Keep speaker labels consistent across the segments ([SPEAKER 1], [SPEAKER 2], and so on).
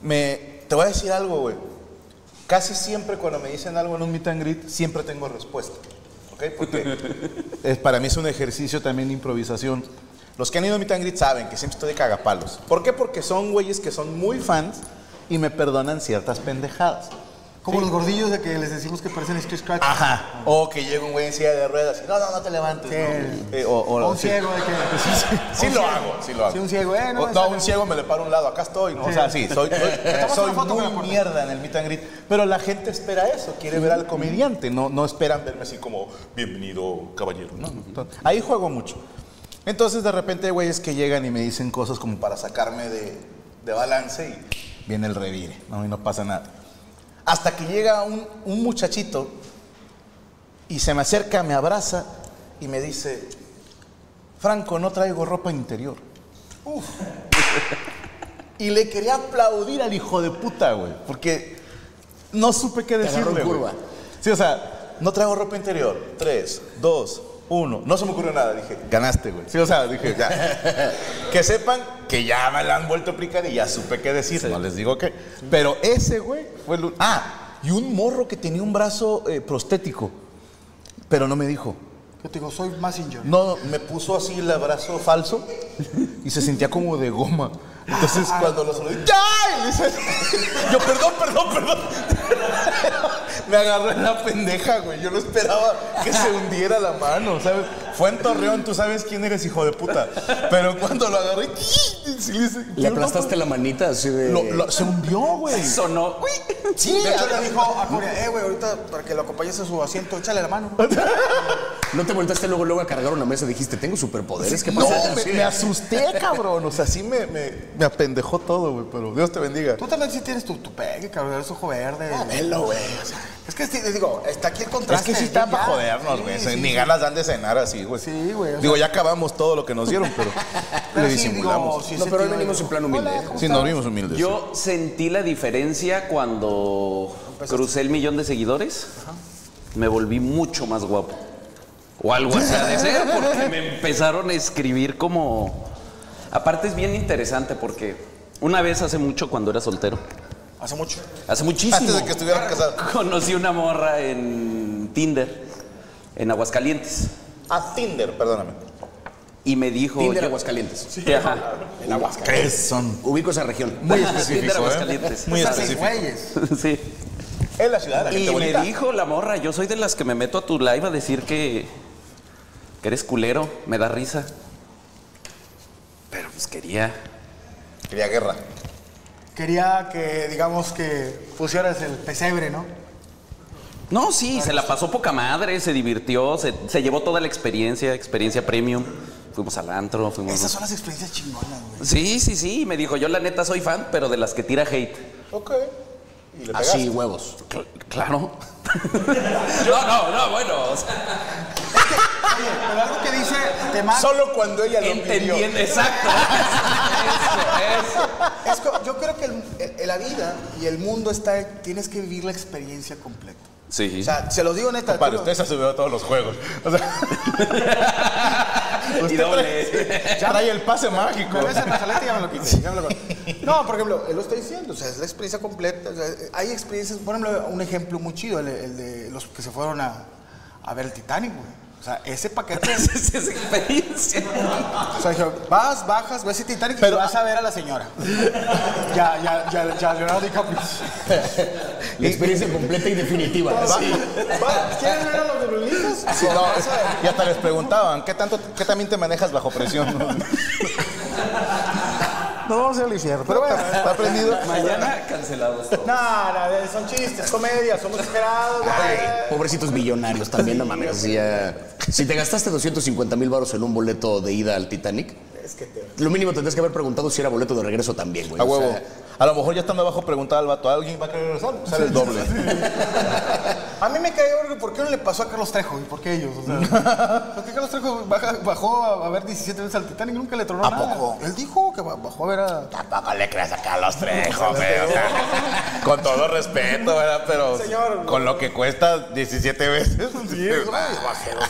[SPEAKER 1] Me, te voy a decir algo, güey. Casi siempre cuando me dicen algo en un meet and greet, siempre tengo respuesta. ¿Ok? Porque es- para mí es un ejercicio también de improvisación. Los que han ido a meet and greet saben que siempre estoy de cagapalos. ¿Por qué? Porque son güeyes que son muy fans y me perdonan ciertas pendejadas.
[SPEAKER 2] Como los gordillos de que les decimos que parecen Scratch Scratch.
[SPEAKER 1] Ah, Ajá. O que llega un güey en silla de ruedas y no, no, no te levantes.
[SPEAKER 2] Sí.
[SPEAKER 1] ¿no? Eh, o, o-
[SPEAKER 2] O un
[SPEAKER 1] sí.
[SPEAKER 2] ciego de que. Sí,
[SPEAKER 1] Sí lo hago, sí lo hago.
[SPEAKER 2] Sí, un ciego, eh, no,
[SPEAKER 1] O-
[SPEAKER 2] esa
[SPEAKER 1] un
[SPEAKER 2] no.
[SPEAKER 1] ciego me le paro a un lado, acá estoy, ¿no? O
[SPEAKER 2] Sí.
[SPEAKER 1] sea, sí, soy, soy,
[SPEAKER 2] tomas
[SPEAKER 1] soy
[SPEAKER 2] una foto, me la
[SPEAKER 1] muy
[SPEAKER 2] pones.
[SPEAKER 1] mierda en el meet and greet. Pero la gente espera eso, quiere ver al comediante, no, no esperan verme así como, bienvenido, caballero, ¿no? Entonces, ahí juego mucho. Entonces, de repente, hay güeyes que llegan y me dicen cosas como para sacarme de, de balance y viene el revire, ¿no? Y no pasa nada. Hasta que llega un, un muchachito y se me acerca, me abraza y me dice, Franco, no traigo ropa interior. Uf. y le quería aplaudir al hijo de puta, güey, porque no supe qué
[SPEAKER 3] agarró en
[SPEAKER 1] decirle, güey.
[SPEAKER 3] curva.
[SPEAKER 1] Sí, o sea, no traigo ropa interior. Tres, dos, uno. No se me ocurrió nada, dije, ganaste, güey. Sí, o sea, dije, ya. que sepan que ya me la han vuelto a aplicar y ya supe qué decir. No les digo qué. Pero ese, güey, fue el... Ah, y un morro que tenía un brazo eh, prostético, pero no me dijo.
[SPEAKER 2] Yo te digo, soy Messenger.
[SPEAKER 1] No, me puso así el abrazo falso y se sentía como de goma. Entonces cuando lo saludé, ¡ya! Y le hice- Yo, perdón, perdón, perdón. Me agarró en la pendeja, güey. Yo no esperaba que se hundiera la mano, ¿sabes? Fue en Torreón, tú sabes quién eres, hijo de puta. Pero cuando lo agarré, sí le hice-
[SPEAKER 3] Le aplastaste la manita así de.
[SPEAKER 1] Lo- lo- se hundió, güey.
[SPEAKER 3] Sonó.
[SPEAKER 1] Sí,
[SPEAKER 2] De hecho, le dijo a Corea, eh, güey, ahorita para que lo acompañes a su asiento, échale la mano.
[SPEAKER 1] ¿Eh?
[SPEAKER 3] No te voltaste luego, luego a cargar una mesa. Dijiste, tengo superpoderes. ¿Qué
[SPEAKER 1] no,
[SPEAKER 3] pasa?
[SPEAKER 1] me,
[SPEAKER 3] Así de-
[SPEAKER 1] me asusté, cabrón. O sea, sí me, me, me apendejó todo, güey. Pero Dios te bendiga.
[SPEAKER 2] Tú también sí tienes tu, tu pegue, cabrón, eres ojo verde.
[SPEAKER 1] Velo, güey. O sea,
[SPEAKER 2] Es que sí, les digo, está aquí el
[SPEAKER 1] Es
[SPEAKER 2] contraste.
[SPEAKER 1] que sí está
[SPEAKER 2] ya.
[SPEAKER 1] para jodernos, güey.
[SPEAKER 2] Sí, sí,
[SPEAKER 1] Ni
[SPEAKER 2] sí.
[SPEAKER 1] ganas dan de cenar así, güey.
[SPEAKER 2] Sí, güey, o sea-
[SPEAKER 1] Digo, ya acabamos todo lo que nos dieron, pero,
[SPEAKER 2] Pero
[SPEAKER 1] le
[SPEAKER 2] sí, digo,
[SPEAKER 1] disimulamos.
[SPEAKER 2] sí,
[SPEAKER 3] No,
[SPEAKER 2] ese
[SPEAKER 3] pero hoy
[SPEAKER 2] tío-
[SPEAKER 3] venimos en plan humilde. ¿eh?
[SPEAKER 2] Hola, ¿cómo
[SPEAKER 1] Sí, nos vimos humildes.
[SPEAKER 4] Yo sentí la diferencia cuando crucé el millón de seguidores. Me volví mucho más guapo. O algo así ha de ser, porque me empezaron a escribir como. Aparte, es bien interesante porque una vez hace mucho, cuando era soltero,
[SPEAKER 2] Hace mucho.
[SPEAKER 4] hace muchísimo.
[SPEAKER 1] Antes de que estuvieran casados.
[SPEAKER 4] Conocí una morra en Tinder, en Aguascalientes.
[SPEAKER 1] A Tinder, perdóname.
[SPEAKER 4] Y me dijo.
[SPEAKER 3] Tinder
[SPEAKER 4] yo-
[SPEAKER 3] Aguascalientes.
[SPEAKER 4] Ajá.
[SPEAKER 3] En Aguascalientes.
[SPEAKER 1] ¿Qué son?
[SPEAKER 3] Ubico esa región.
[SPEAKER 1] Muy
[SPEAKER 4] Tinder
[SPEAKER 1] específico, ¿eh?
[SPEAKER 4] Aguascalientes.
[SPEAKER 1] Muy
[SPEAKER 2] Esas seis
[SPEAKER 1] específico.
[SPEAKER 2] güeyes.
[SPEAKER 4] Sí.
[SPEAKER 1] Es la ciudad de la
[SPEAKER 4] Y
[SPEAKER 1] gente
[SPEAKER 4] me
[SPEAKER 1] bonita.
[SPEAKER 4] dijo la morra, yo soy de las que me meto a tu live a decir que, que eres culero, me da risa. Pero pues quería.
[SPEAKER 1] Quería guerra.
[SPEAKER 2] Quería que, digamos, que pusieras el pesebre, ¿no?
[SPEAKER 4] No, sí, se la pasó poca madre, se divirtió, se, se llevó toda la experiencia, experiencia premium. Fuimos al antro, fuimos...
[SPEAKER 2] Esas son las experiencias chingonas, güey.
[SPEAKER 4] Sí, sí, sí, me dijo, yo la neta soy fan, pero de las que tira hate.
[SPEAKER 1] Ok. Y le pegaste.
[SPEAKER 3] Así, huevos.
[SPEAKER 4] Cl- claro. no, no, no, bueno. o sea,
[SPEAKER 2] Oye, pero algo que dice, te mando.
[SPEAKER 1] Solo cuando ella lo pidió.
[SPEAKER 4] entendiendo, exacto. Eso, eso.
[SPEAKER 2] Es co- yo creo que el- el- la vida y el mundo está, tienes que vivir la experiencia completa.
[SPEAKER 4] Sí.
[SPEAKER 2] O sea, se lo digo neta.
[SPEAKER 1] Para
[SPEAKER 2] tú-
[SPEAKER 1] usted se ha subido a todos los juegos. O sea,
[SPEAKER 4] y
[SPEAKER 1] usted
[SPEAKER 4] doble.
[SPEAKER 1] trae, trae el pase mágico.
[SPEAKER 2] Me ves el brazalete y ya me lo quité, ya me lo quité. No, por ejemplo, él lo está diciendo, o sea, es la experiencia completa. o sea, hay experiencias, por ejemplo, un ejemplo muy chido, el, el de los que se fueron a, a ver el Titanic, güey. O sea, ese paquete.
[SPEAKER 4] Esa es esa experiencia.
[SPEAKER 2] o sea, yo, vas, bajas, ves el Titanic y vas a ver a la señora. ya, ya, ya, ya, Leonardo DiCaprio.
[SPEAKER 3] La experiencia completa y definitiva.
[SPEAKER 2] Va, ¿Quieres ver a los de los niños?
[SPEAKER 1] Sí, no, y hasta les preguntaban, ¿qué tanto, qué también te manejas bajo presión?
[SPEAKER 2] No vamos a infierno, pero bueno.
[SPEAKER 1] ¿Está aprendido?
[SPEAKER 4] Mañana cancelados todos.
[SPEAKER 2] Nada, son chistes, comedia, somos exagerados, güey.
[SPEAKER 3] Pobrecitos millonarios también, no mames. así ya. Si te gastaste 250 mil baros en un boleto de ida al Titanic, lo mínimo tendrías que haber preguntado si era boleto de regreso también, güey.
[SPEAKER 1] A
[SPEAKER 3] o sea,
[SPEAKER 1] huevo. a lo mejor ya estando abajo preguntaba al vato, ¿alguien va a querer regresar? Sale el doble.
[SPEAKER 2] A mí me cae gordo, ¿por qué no le pasó a Carlos Trejo? ¿Y por qué ellos? O sea, ¿Por qué Carlos Trejo baja- bajó a, a ver 17 veces al Titanic y nunca le tronó
[SPEAKER 1] ¿A
[SPEAKER 2] nada?
[SPEAKER 1] poco?
[SPEAKER 2] Él dijo que ba- bajó a ver a...
[SPEAKER 1] Tampoco le creas acá a los Trejo, güey, o sea, con todo respeto, ¿verdad? Pero
[SPEAKER 2] Señor.
[SPEAKER 1] con lo que cuesta 17 veces.
[SPEAKER 2] pues, Sí, güey. O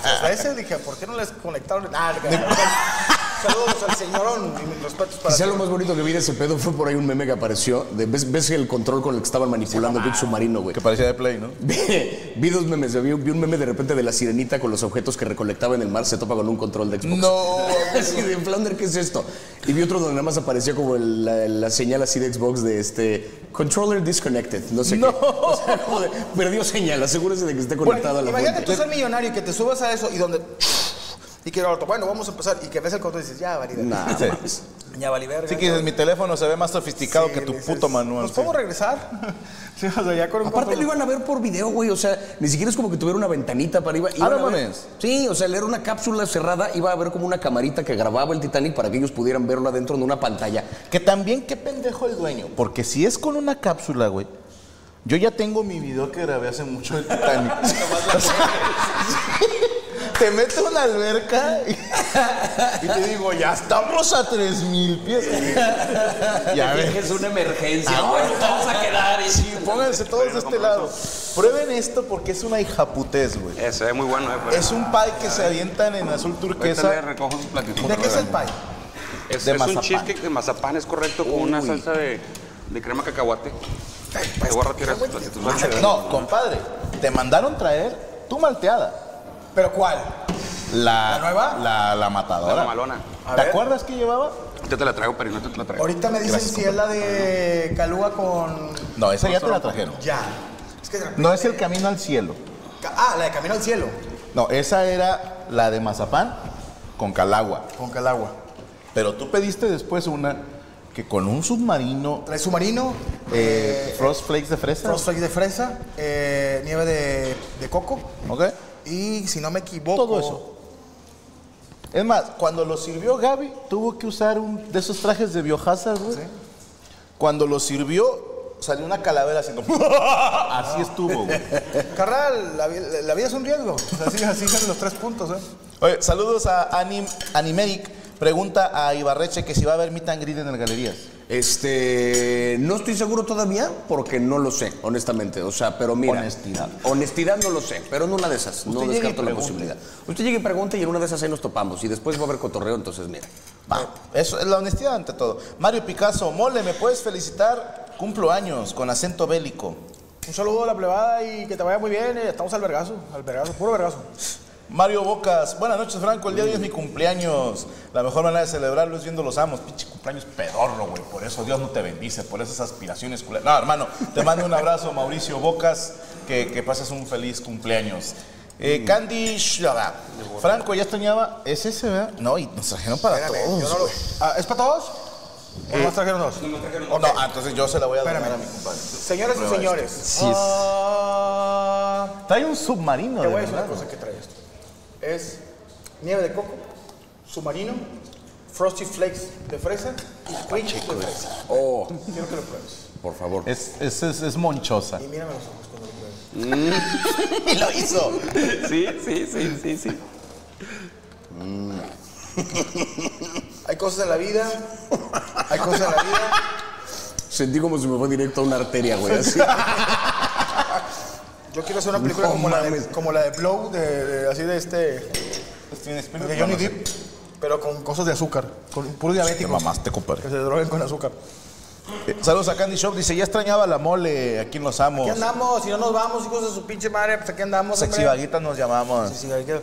[SPEAKER 2] sea, a ese dije, ¿por qué no les conectaron? Nada, Ah, Saludos al señorón y mis respetos para
[SPEAKER 3] Quizá
[SPEAKER 2] ti.
[SPEAKER 3] lo más bonito que vi de ese pedo fue por ahí un meme que apareció. de- ¿ves, ves el control con el que estaban manipulando el pinche submarino, güey?
[SPEAKER 1] Que parecía de Play, ¿no?
[SPEAKER 3] vi dos memes. Vi, vi un meme de repente de la sirenita con los objetos que recolectaba en el mar. Se topa con un control de Xbox.
[SPEAKER 1] No.
[SPEAKER 3] Así de Flounder, ¿qué es esto? Y vi otro donde nada más aparecía como el- la, la señal así de Xbox de este. Controller disconnected. No sé qué. O sea, como de, perdió señal. Asegúrese de que esté conectado a la
[SPEAKER 2] Imagínate
[SPEAKER 3] fuente.
[SPEAKER 2] tú ser millonario y que te subas a eso y donde. Y que ahora, bueno, vamos a empezar. Y que ves el control y dices, ya, validez.
[SPEAKER 3] Nah,
[SPEAKER 1] Sí.
[SPEAKER 3] mames.
[SPEAKER 2] Ya, valí verga.
[SPEAKER 1] Así que dices, mi teléfono se ve más sofisticado
[SPEAKER 2] Sí,
[SPEAKER 1] que tu
[SPEAKER 2] dices, "Pues,
[SPEAKER 1] puto manual.
[SPEAKER 2] ¿Nos
[SPEAKER 1] sí.
[SPEAKER 2] podemos regresar? sí, o sea, ya con un
[SPEAKER 3] Aparte
[SPEAKER 2] control-
[SPEAKER 3] lo iban a ver por video, güey. O sea, ni siquiera es como que tuviera una ventanita para iba. iban
[SPEAKER 1] no
[SPEAKER 3] a ver-
[SPEAKER 1] mames.
[SPEAKER 3] Sí, o sea, era una cápsula cerrada, iba a haber como una camarita que grababa el Titanic para que ellos pudieran verlo adentro de una pantalla.
[SPEAKER 1] Que también qué pendejo el dueño. Porque si es con una cápsula, güey. Yo ya tengo mi video que grabé hace mucho del Titanic. O sea, te meto a una alberca y, y te digo, ya estamos a 3000 pies. Ya
[SPEAKER 4] Es que
[SPEAKER 1] ves.
[SPEAKER 4] es una emergencia,
[SPEAKER 3] Ah,
[SPEAKER 4] güey. nos Vamos a quedar. y-
[SPEAKER 1] Pónganse todos de este lado. Prueben esto porque es una hijaputez, güey.
[SPEAKER 5] Eso, es muy bueno. eh, pero-
[SPEAKER 1] Es un pie que se avientan en azul
[SPEAKER 5] Ahorita le
[SPEAKER 1] turquesa.
[SPEAKER 5] recojo sus platitos.
[SPEAKER 2] ¿De qué es el pay?
[SPEAKER 5] Es,
[SPEAKER 1] De
[SPEAKER 5] es un
[SPEAKER 1] mazapán.
[SPEAKER 5] cheesecake de mazapán, es correcto, con una salsa de, de crema cacahuate. Te voy a retirar sus platitos. ¿vale?
[SPEAKER 1] No, compadre, te mandaron traer tu malteada.
[SPEAKER 2] ¿Pero cuál?
[SPEAKER 1] La,
[SPEAKER 2] ¿La nueva?
[SPEAKER 1] La, la matadora.
[SPEAKER 5] La malona.
[SPEAKER 2] A
[SPEAKER 1] ¿Te
[SPEAKER 2] ver.
[SPEAKER 1] acuerdas que llevaba?
[SPEAKER 5] Yo te la traigo, pero no te la traigo.
[SPEAKER 2] Ahorita me dicen
[SPEAKER 1] Gracias,
[SPEAKER 2] si es la de Calúa con.
[SPEAKER 1] No, esa ya te la trajeron.
[SPEAKER 2] Ya. Es que de repente-
[SPEAKER 1] No es el camino al cielo.
[SPEAKER 2] Ah, la de Camino al Cielo.
[SPEAKER 1] No, esa era la de Mazapán con Calagua.
[SPEAKER 2] Con Calagua.
[SPEAKER 1] Pero tú pediste después una que con un submarino,
[SPEAKER 2] Trae submarino,
[SPEAKER 1] eh, Frost Flakes de fresa.
[SPEAKER 2] frost flakes de fresa, eh, nieve de, de coco
[SPEAKER 1] ¿Ok?
[SPEAKER 2] y, si no me equivoco.
[SPEAKER 1] Todo eso. Es más, cuando lo sirvió Gaby, tuvo que usar un de esos trajes de biohazard, güey. Cuando lo sirvió, salió una calavera haciendo. Así estuvo, güey.
[SPEAKER 2] Carnal, la, vi- la vida es un riesgo. O sea, sigan, sigan los tres puntos, ¿eh?
[SPEAKER 1] Oye, saludos a Anim, Animeric. Pregunta a Ibarreche que si va a haber meet and greet en el Galerías.
[SPEAKER 3] Este, no estoy seguro todavía porque no lo sé, honestamente. O sea, pero mira.
[SPEAKER 1] Honestidad.
[SPEAKER 3] Honestidad no lo sé, pero en una de esas. no
[SPEAKER 1] Usted llegue y
[SPEAKER 3] descarto la
[SPEAKER 1] pregunte.
[SPEAKER 3] posibilidad. Usted llegue y pregunta y en una de esas ahí nos topamos. Y después va a haber cotorreo, entonces mira.
[SPEAKER 1] Va. Eso es la honestidad ante todo. Mario Picasso, mole, ¿me puedes felicitar? Cumplo años con acento bélico.
[SPEAKER 2] Un saludo a la plebada y que te vaya muy bien. eh. Estamos al vergazo, al vergazo, puro vergazo.
[SPEAKER 1] Mario Bocas, buenas noches Franco, el día de hoy es mi cumpleaños. La mejor manera de celebrarlo es viendo los amos. Pinche cumpleaños pedorro, güey. Por eso Dios no te bendice, por esas aspiraciones culeras. No, hermano, te mando un abrazo, Mauricio Bocas. Que, que pases un feliz cumpleaños. Eh, Candy Shara. Franco, ya extrañaba. ¿Es ese, verdad? No, y nos trajeron para
[SPEAKER 2] Espérame,
[SPEAKER 1] todos.
[SPEAKER 2] yo no lo-
[SPEAKER 1] güey.
[SPEAKER 2] Ah, ¿Es para todos? ¿O nos trajeron dos?
[SPEAKER 1] Eh, No, ah, entonces yo se la voy a dar
[SPEAKER 2] Espérame.
[SPEAKER 1] a mi compadre.
[SPEAKER 2] Señoras y
[SPEAKER 1] Prueba
[SPEAKER 2] señores.
[SPEAKER 1] Sí es.
[SPEAKER 2] ah,
[SPEAKER 1] Trae un submarino, de
[SPEAKER 2] te voy a decir
[SPEAKER 1] verdad.
[SPEAKER 2] una cosa que trae esto. Es nieve de coco, submarino, frosty flakes de fresa
[SPEAKER 1] Ah,
[SPEAKER 2] y Twinkies de fresa.
[SPEAKER 3] Oh,
[SPEAKER 2] Quiero que lo pruebes.
[SPEAKER 3] por favor.
[SPEAKER 1] Es, es, es, es monchosa.
[SPEAKER 2] Y mírame los ojos cuando lo pruebes.
[SPEAKER 1] Y lo hizo.
[SPEAKER 4] Sí, sí, sí, sí, sí.
[SPEAKER 2] Hay cosas en la vida, hay cosas en la vida.
[SPEAKER 3] Sentí como si me fue directo a una arteria, güey. así.
[SPEAKER 2] Yo quiero hacer una película
[SPEAKER 3] No
[SPEAKER 2] como, la de,
[SPEAKER 3] mames.
[SPEAKER 2] como la de Blow, de, de- así de este, de Johnny Depp, pero con cosas de azúcar, con puro
[SPEAKER 1] Te
[SPEAKER 2] diabético,
[SPEAKER 1] mamaste, compadre.
[SPEAKER 2] que se droguen con azúcar.
[SPEAKER 1] Eh, Saludos a Candy Shop. Dice, ya extrañaba la mole. Aquí en los amos.
[SPEAKER 2] Aquí andamos, si no nos vamos, hijos de su pinche madre, pues aquí andamos.
[SPEAKER 1] Sexy
[SPEAKER 2] hombre.
[SPEAKER 1] vaguitas nos llamamos.
[SPEAKER 2] Sí, sí, hay que-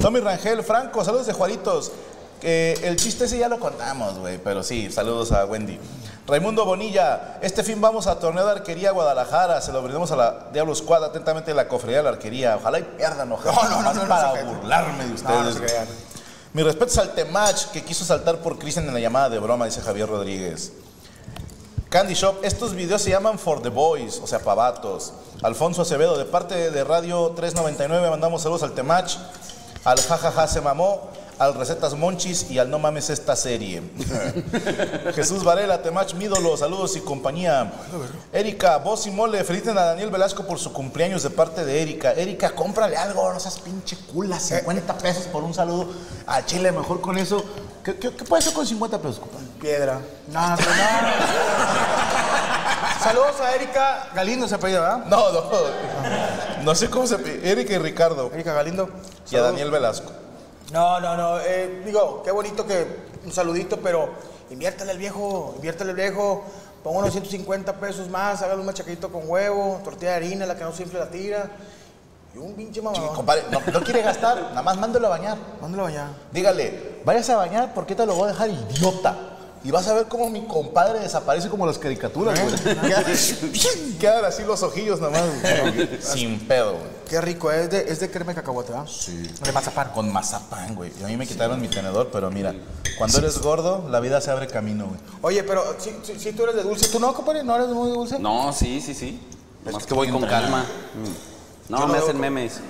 [SPEAKER 1] Tommy Rangel, Franco, saludos de Juaritos. Eh, el chiste ese ya lo contamos, güey, pero sí, saludos a Wendy. Raimundo Bonilla, este fin vamos a torneo de arquería Guadalajara, se lo brindamos a la Diablo Squad, atentamente la cofradía de la arquería. Ojalá y pierdan, ojalá.
[SPEAKER 2] No, no, no, no, no
[SPEAKER 1] para
[SPEAKER 2] se crean.
[SPEAKER 1] burlarme de ustedes.
[SPEAKER 2] no se
[SPEAKER 1] güey.
[SPEAKER 2] crean.
[SPEAKER 1] Mi respeto al Temach, que quiso saltar por Cristian en la llamada de broma, dice Javier Rodríguez. Candy Shop, estos videos se llaman For the Boys, o sea, pavatos. Alfonso Acevedo, de parte de Radio 399, mandamos saludos al Temach, al Jajaja Se Mamó, al Recetas Monchis y al No Mames Esta Serie. Jesús Varela, Temach Mídolo, saludos y compañía. Erika, vos y mole, feliciten a Daniel Velasco por su cumpleaños de parte de Erika. Erika, cómprale algo, no seas pinche cula, 50 pesos por un saludo a Chile, mejor con eso. ¿Qué, qué- qué puede ser con 50 pesos, compadre?
[SPEAKER 2] Piedra. Nada, pero nada. Saludos a Erika Galindo, se apellida, ¿verdad?
[SPEAKER 1] No, no. No sé cómo se pide. Erika y Ricardo.
[SPEAKER 2] Erika Galindo.
[SPEAKER 1] Y a
[SPEAKER 2] Saludos.
[SPEAKER 1] Daniel Velasco.
[SPEAKER 2] No, no, no. eh, digo, qué bonito que un saludito, pero inviértale al viejo, inviértale al viejo. Ponga unos 150 pesos más, hágale un machaquito con huevo, tortilla de harina, la que no se infle la tira. Y un pinche
[SPEAKER 1] Sí,
[SPEAKER 2] mamadón.
[SPEAKER 1] compadre, no, no quiere gastar, nada más mándalo a bañar.
[SPEAKER 2] Mándalo allá.
[SPEAKER 1] Dígale, vayas a bañar porque te lo voy a dejar idiota. Y vas a ver cómo mi compadre desaparece como las caricaturas, güey. Quedan- Quedan así los ojillos nada más. güey. Sin pedo, güey.
[SPEAKER 2] Qué rico, es de, es de crema de cacahuate, ¿verdad?
[SPEAKER 1] De mazapán. Con mazapán, güey. A mí me quitaron mi tenedor, pero mira, cuando eres gordo, la vida se abre camino, güey.
[SPEAKER 2] Oye, pero si, si- si tú eres de dulce, ¿tú no, compadre? ¿No eres muy dulce?
[SPEAKER 4] No, sí, sí, sí.
[SPEAKER 1] Es
[SPEAKER 4] Más
[SPEAKER 1] que
[SPEAKER 4] que voy
[SPEAKER 1] voy
[SPEAKER 4] con
[SPEAKER 1] entrenando.
[SPEAKER 4] calma. No,
[SPEAKER 2] Yo lo
[SPEAKER 4] me
[SPEAKER 2] veo
[SPEAKER 4] hacen
[SPEAKER 2] como-
[SPEAKER 4] memes.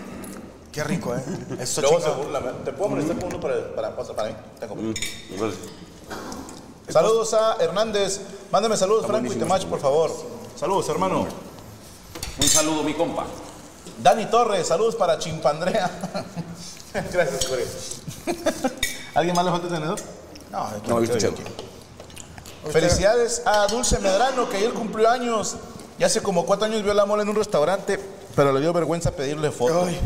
[SPEAKER 2] Qué rico, ¿eh? Eso
[SPEAKER 1] Luego se
[SPEAKER 2] chingado.
[SPEAKER 1] burla, ¿verdad? ¿Te puedo molestar con uno para, para, para, mí? Te compro.
[SPEAKER 4] Pues,
[SPEAKER 1] Saludos a Hernández. Mándame saludos, Franco y Temach, por favor. Saludos, hermano.
[SPEAKER 4] un saludo, mi compa.
[SPEAKER 1] Dani Torres, saludos para Chimpandrea. Gracias, Jorge. ¿Alguien más le falta el tenedor? No,
[SPEAKER 3] No, yo estoy chido.
[SPEAKER 1] Felicidades a Dulce Medrano, que ayer cumplió años. Y hace como cuatro años vio a la mole en un restaurante, pero le dio vergüenza pedirle foto.
[SPEAKER 2] Ay.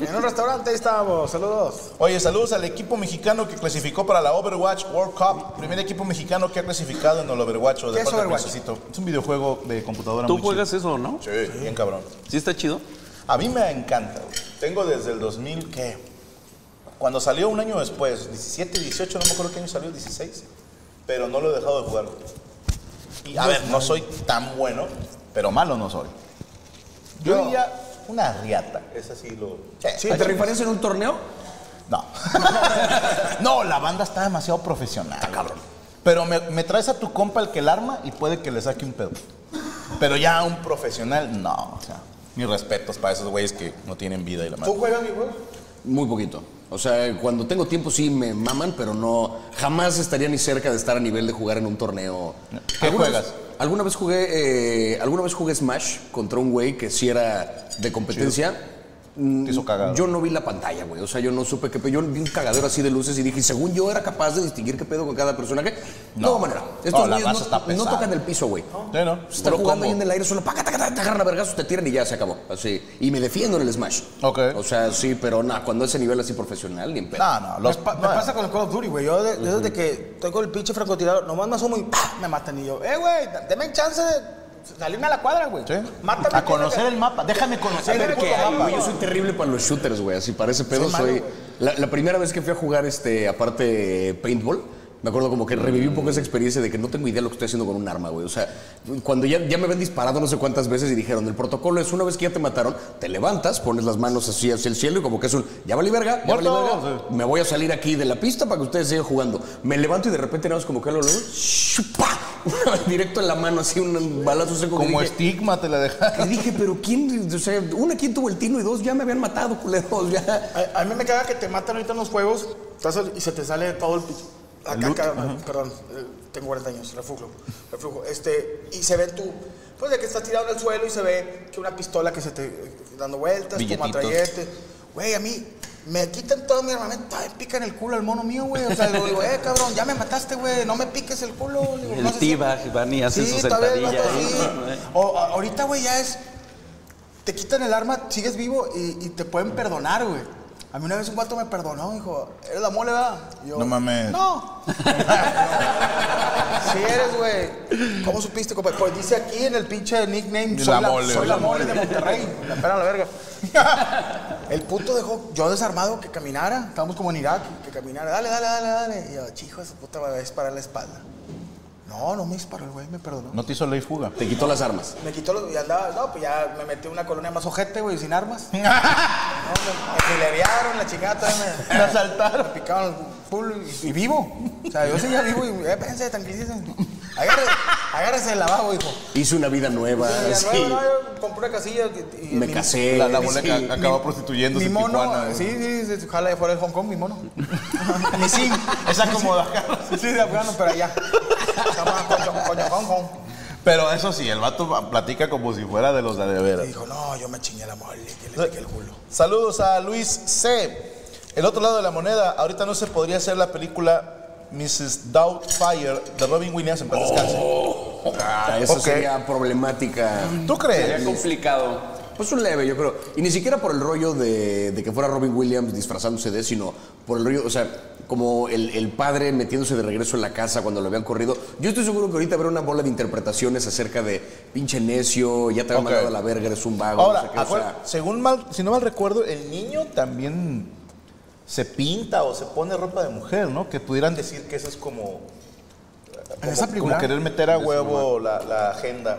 [SPEAKER 2] en un restaurante, ahí estábamos. Saludos.
[SPEAKER 1] Oye, saludos al equipo mexicano que clasificó para la Overwatch World Cup. Primer equipo mexicano que ha clasificado en el Overwatch. o de
[SPEAKER 2] ¿Qué es
[SPEAKER 1] parte del
[SPEAKER 2] Overwatch?
[SPEAKER 1] Princesito. Es un videojuego de computadora
[SPEAKER 4] ¿Tú
[SPEAKER 1] muy
[SPEAKER 4] juegas eso o no?
[SPEAKER 1] chido. Sí, bien cabrón.
[SPEAKER 4] ¿Sí está chido?
[SPEAKER 1] A mí me encanta. güey. Tengo desde el 2000 que... Cuando salió un año después, 17, 18, no me acuerdo qué año salió, 16. Pero no lo he dejado de jugar. güey. Y a ver, no soy tan bueno, pero malo no soy. Yo
[SPEAKER 2] Yo-
[SPEAKER 1] diría una riata. Es así lo...
[SPEAKER 2] Sí,
[SPEAKER 3] ¿Te rifarías en un torneo?
[SPEAKER 1] No. no, la banda está demasiado profesional. cabrón. Pero me, me traes a tu compa el que el arma y puede que le saque un pedo. Pero ya un profesional, no. O sea, mis respetos para esos güeyes que no tienen vida y la madre.
[SPEAKER 2] ¿Tú juegas, mi güey?
[SPEAKER 3] Muy poquito. O sea, cuando tengo tiempo sí me maman, pero no. Jamás estaría ni cerca de estar a nivel de jugar en un torneo.
[SPEAKER 1] ¿Qué
[SPEAKER 3] ¿Alguna
[SPEAKER 1] juegas?
[SPEAKER 3] vez- alguna vez jugué. eh, alguna vez jugué Smash contra un güey que sí era de competencia. Mm,
[SPEAKER 1] Te hizo cagado.
[SPEAKER 3] Yo no vi la pantalla, güey. O sea, yo no supe qué pedo. Yo vi un cagadero así de luces y dije, según yo era capaz de distinguir qué pedo con cada personaje. No,
[SPEAKER 1] No.
[SPEAKER 3] manera.
[SPEAKER 1] No,
[SPEAKER 3] Estos
[SPEAKER 1] la
[SPEAKER 3] güeyes
[SPEAKER 1] raza está
[SPEAKER 3] no, no
[SPEAKER 1] pesada.
[SPEAKER 3] tocan el piso, güey.
[SPEAKER 1] Sí, ¿no?
[SPEAKER 3] Están
[SPEAKER 1] Puro
[SPEAKER 3] jugando
[SPEAKER 1] combo.
[SPEAKER 3] ahí en el aire solo, paca, taca, taca, te agarran a vergazos, te tiran y ya se acabó. Así. Y me defiendo en el Smash.
[SPEAKER 1] Ok.
[SPEAKER 3] O sea, sí, pero nada, cuando es a nivel así profesional, ni en pedo.
[SPEAKER 1] No, no, los
[SPEAKER 2] me, pa- me
[SPEAKER 1] no,
[SPEAKER 2] pasa con el Call of Duty, güey. Yo de- yo desde que estoy con el pinche francotirador, nomás me asomo y ¡pah! me matan. Y yo, eh, güey, da- deme chance de salirme a la cuadra, güey.
[SPEAKER 1] ¿sí?
[SPEAKER 2] Mátame.
[SPEAKER 1] A conocer el mapa. Déjame
[SPEAKER 2] A
[SPEAKER 1] conocer
[SPEAKER 2] ver
[SPEAKER 1] el
[SPEAKER 2] qué
[SPEAKER 1] puto
[SPEAKER 2] hay,
[SPEAKER 1] mapa.
[SPEAKER 3] Ah, Güey, yo soy terrible para los shooters, güey. Así para ese pedo
[SPEAKER 2] Soy malo,
[SPEAKER 3] soy.
[SPEAKER 2] güey.
[SPEAKER 3] La, la primera vez que fui a jugar, este, aparte, paintball. Me acuerdo como que reviví un poco esa experiencia de que no tengo idea de lo que estoy haciendo con un arma, güey. O sea, cuando ya, ya me ven disparado no sé cuántas veces y dijeron, el protocolo es una vez que ya te mataron, te levantas, pones las manos así hacia el cielo y como que es un, ya valí verga, ya valí
[SPEAKER 1] Muerto.
[SPEAKER 3] verga, me voy a salir aquí de la pista para que ustedes sigan jugando. Me levanto y de repente nada más como que lo luego, ¡pa! directo en la mano, así un balazo seco. que
[SPEAKER 1] Como
[SPEAKER 3] dije,
[SPEAKER 1] estigma te la dejaron.
[SPEAKER 3] y dije, pero quién, o sea, una, quién tuvo el tino y dos, ya me habían matado, culeros, ya.
[SPEAKER 2] A, a mí me caga que te matan ahorita en los juegos estás al- y se te sale todo el pinche. La caca, perdón, eh, tengo 40 años, reflujo, reflujo. Este, y se ve tú, pues de que estás tirado en el suelo y se ve que una pistola que se te eh, dando vueltas, tu
[SPEAKER 1] Billetitos.
[SPEAKER 2] matrallete. Güey, a mí me quitan todo mi armamento, ay, pican el culo al mono mío, güey. O sea, le digo, eh, cabrón, ya me mataste, güey, no me piques el culo. Le digo,
[SPEAKER 4] El
[SPEAKER 2] "No sé si-".
[SPEAKER 4] T-Bag, van y hacen su
[SPEAKER 2] todavía el
[SPEAKER 4] sentadilla
[SPEAKER 2] vato
[SPEAKER 4] ahí,
[SPEAKER 2] así. O- a- ahorita, güey, ya es. Te quitan el arma, sigues vivo y, y te pueden perdonar, güey. A mí una vez un guato me perdonó, dijo, ¿eres la mole, verdad? Y yo,
[SPEAKER 1] No mames.
[SPEAKER 2] No. sí eres, güey. ¿Cómo supiste, compa? Pues dice aquí en el pinche nickname,
[SPEAKER 1] La
[SPEAKER 2] soy, la,
[SPEAKER 1] mole,
[SPEAKER 2] soy
[SPEAKER 1] güey.
[SPEAKER 2] la mole de Monterrey. La pena la verga. El puto dejó yo desarmado que caminara. Estábamos como en Irak, que caminara. Dale, dale, dale, dale. Y yo, chico, esa puta va a disparar la espalda. No, no me disparó el güey, me perdonó.
[SPEAKER 1] No te hizo ley fuga.
[SPEAKER 3] Te quitó las armas.
[SPEAKER 2] Me quitó los. Y andaba, no, pues ya me metí en una colonia más ojete, güey, sin armas. no, me filerearon, la chingada, todavía me.
[SPEAKER 1] Me asaltaron.
[SPEAKER 2] me picaron el culo y, y vivo. O sea, yo seguía vivo y. Eh, pensé, tranquilícese. Agárrese, agárrese el lavabo, hijo.
[SPEAKER 3] Hice una vida nueva,
[SPEAKER 2] Y
[SPEAKER 3] Ah, sí.
[SPEAKER 2] luego, no, yo compré una casilla. y- y-
[SPEAKER 3] Me
[SPEAKER 2] mi-
[SPEAKER 3] casé.
[SPEAKER 1] La, la
[SPEAKER 3] sí.
[SPEAKER 1] bola que acaba prostituyéndose
[SPEAKER 2] Mi
[SPEAKER 1] en
[SPEAKER 2] mono,
[SPEAKER 1] Tijuana. eh. güey.
[SPEAKER 2] sí, sí, se- se jala de fuera del Hong Kong, mi mono. mi sim.
[SPEAKER 1] Esa como de acá.
[SPEAKER 2] Sí, de afgano, pero allá. Estamos coño, coño, Hong Kong.
[SPEAKER 1] Pero eso sí, el vato va- platica como si fuera de los de de
[SPEAKER 2] Y
[SPEAKER 1] veras.
[SPEAKER 2] dijo, no, yo me chingué la mole, que le piqué el culo.
[SPEAKER 1] Saludos a Luis C. El otro lado de la moneda, ahorita no se podría hacer la película Mrs. Doubtfire de Robin Williams en paz descanse.
[SPEAKER 3] Ah, esa
[SPEAKER 1] Ok.
[SPEAKER 3] sería problemática.
[SPEAKER 1] ¿Tú
[SPEAKER 4] Sería
[SPEAKER 1] crees?
[SPEAKER 4] complicado.
[SPEAKER 3] Pues un leve, yo creo. Y ni siquiera por el rollo de, de que fuera Robin Williams disfrazándose de, sino por el rollo, o sea, como el, el padre metiéndose de regreso en la casa cuando lo habían corrido. Yo estoy seguro que ahorita habrá una bola de interpretaciones acerca de pinche necio, ya te habían
[SPEAKER 1] Ok.
[SPEAKER 3] mandado a la verga, eres un vago.
[SPEAKER 1] Ahora,
[SPEAKER 3] no sé qué, o sea,
[SPEAKER 1] acuer- según mal, si no mal recuerdo, el niño también se pinta o se pone ropa de mujer, ¿no? Que pudieran decir que eso es como. como-
[SPEAKER 2] esa
[SPEAKER 1] como
[SPEAKER 2] película?
[SPEAKER 1] querer meter a huevo la, la agenda.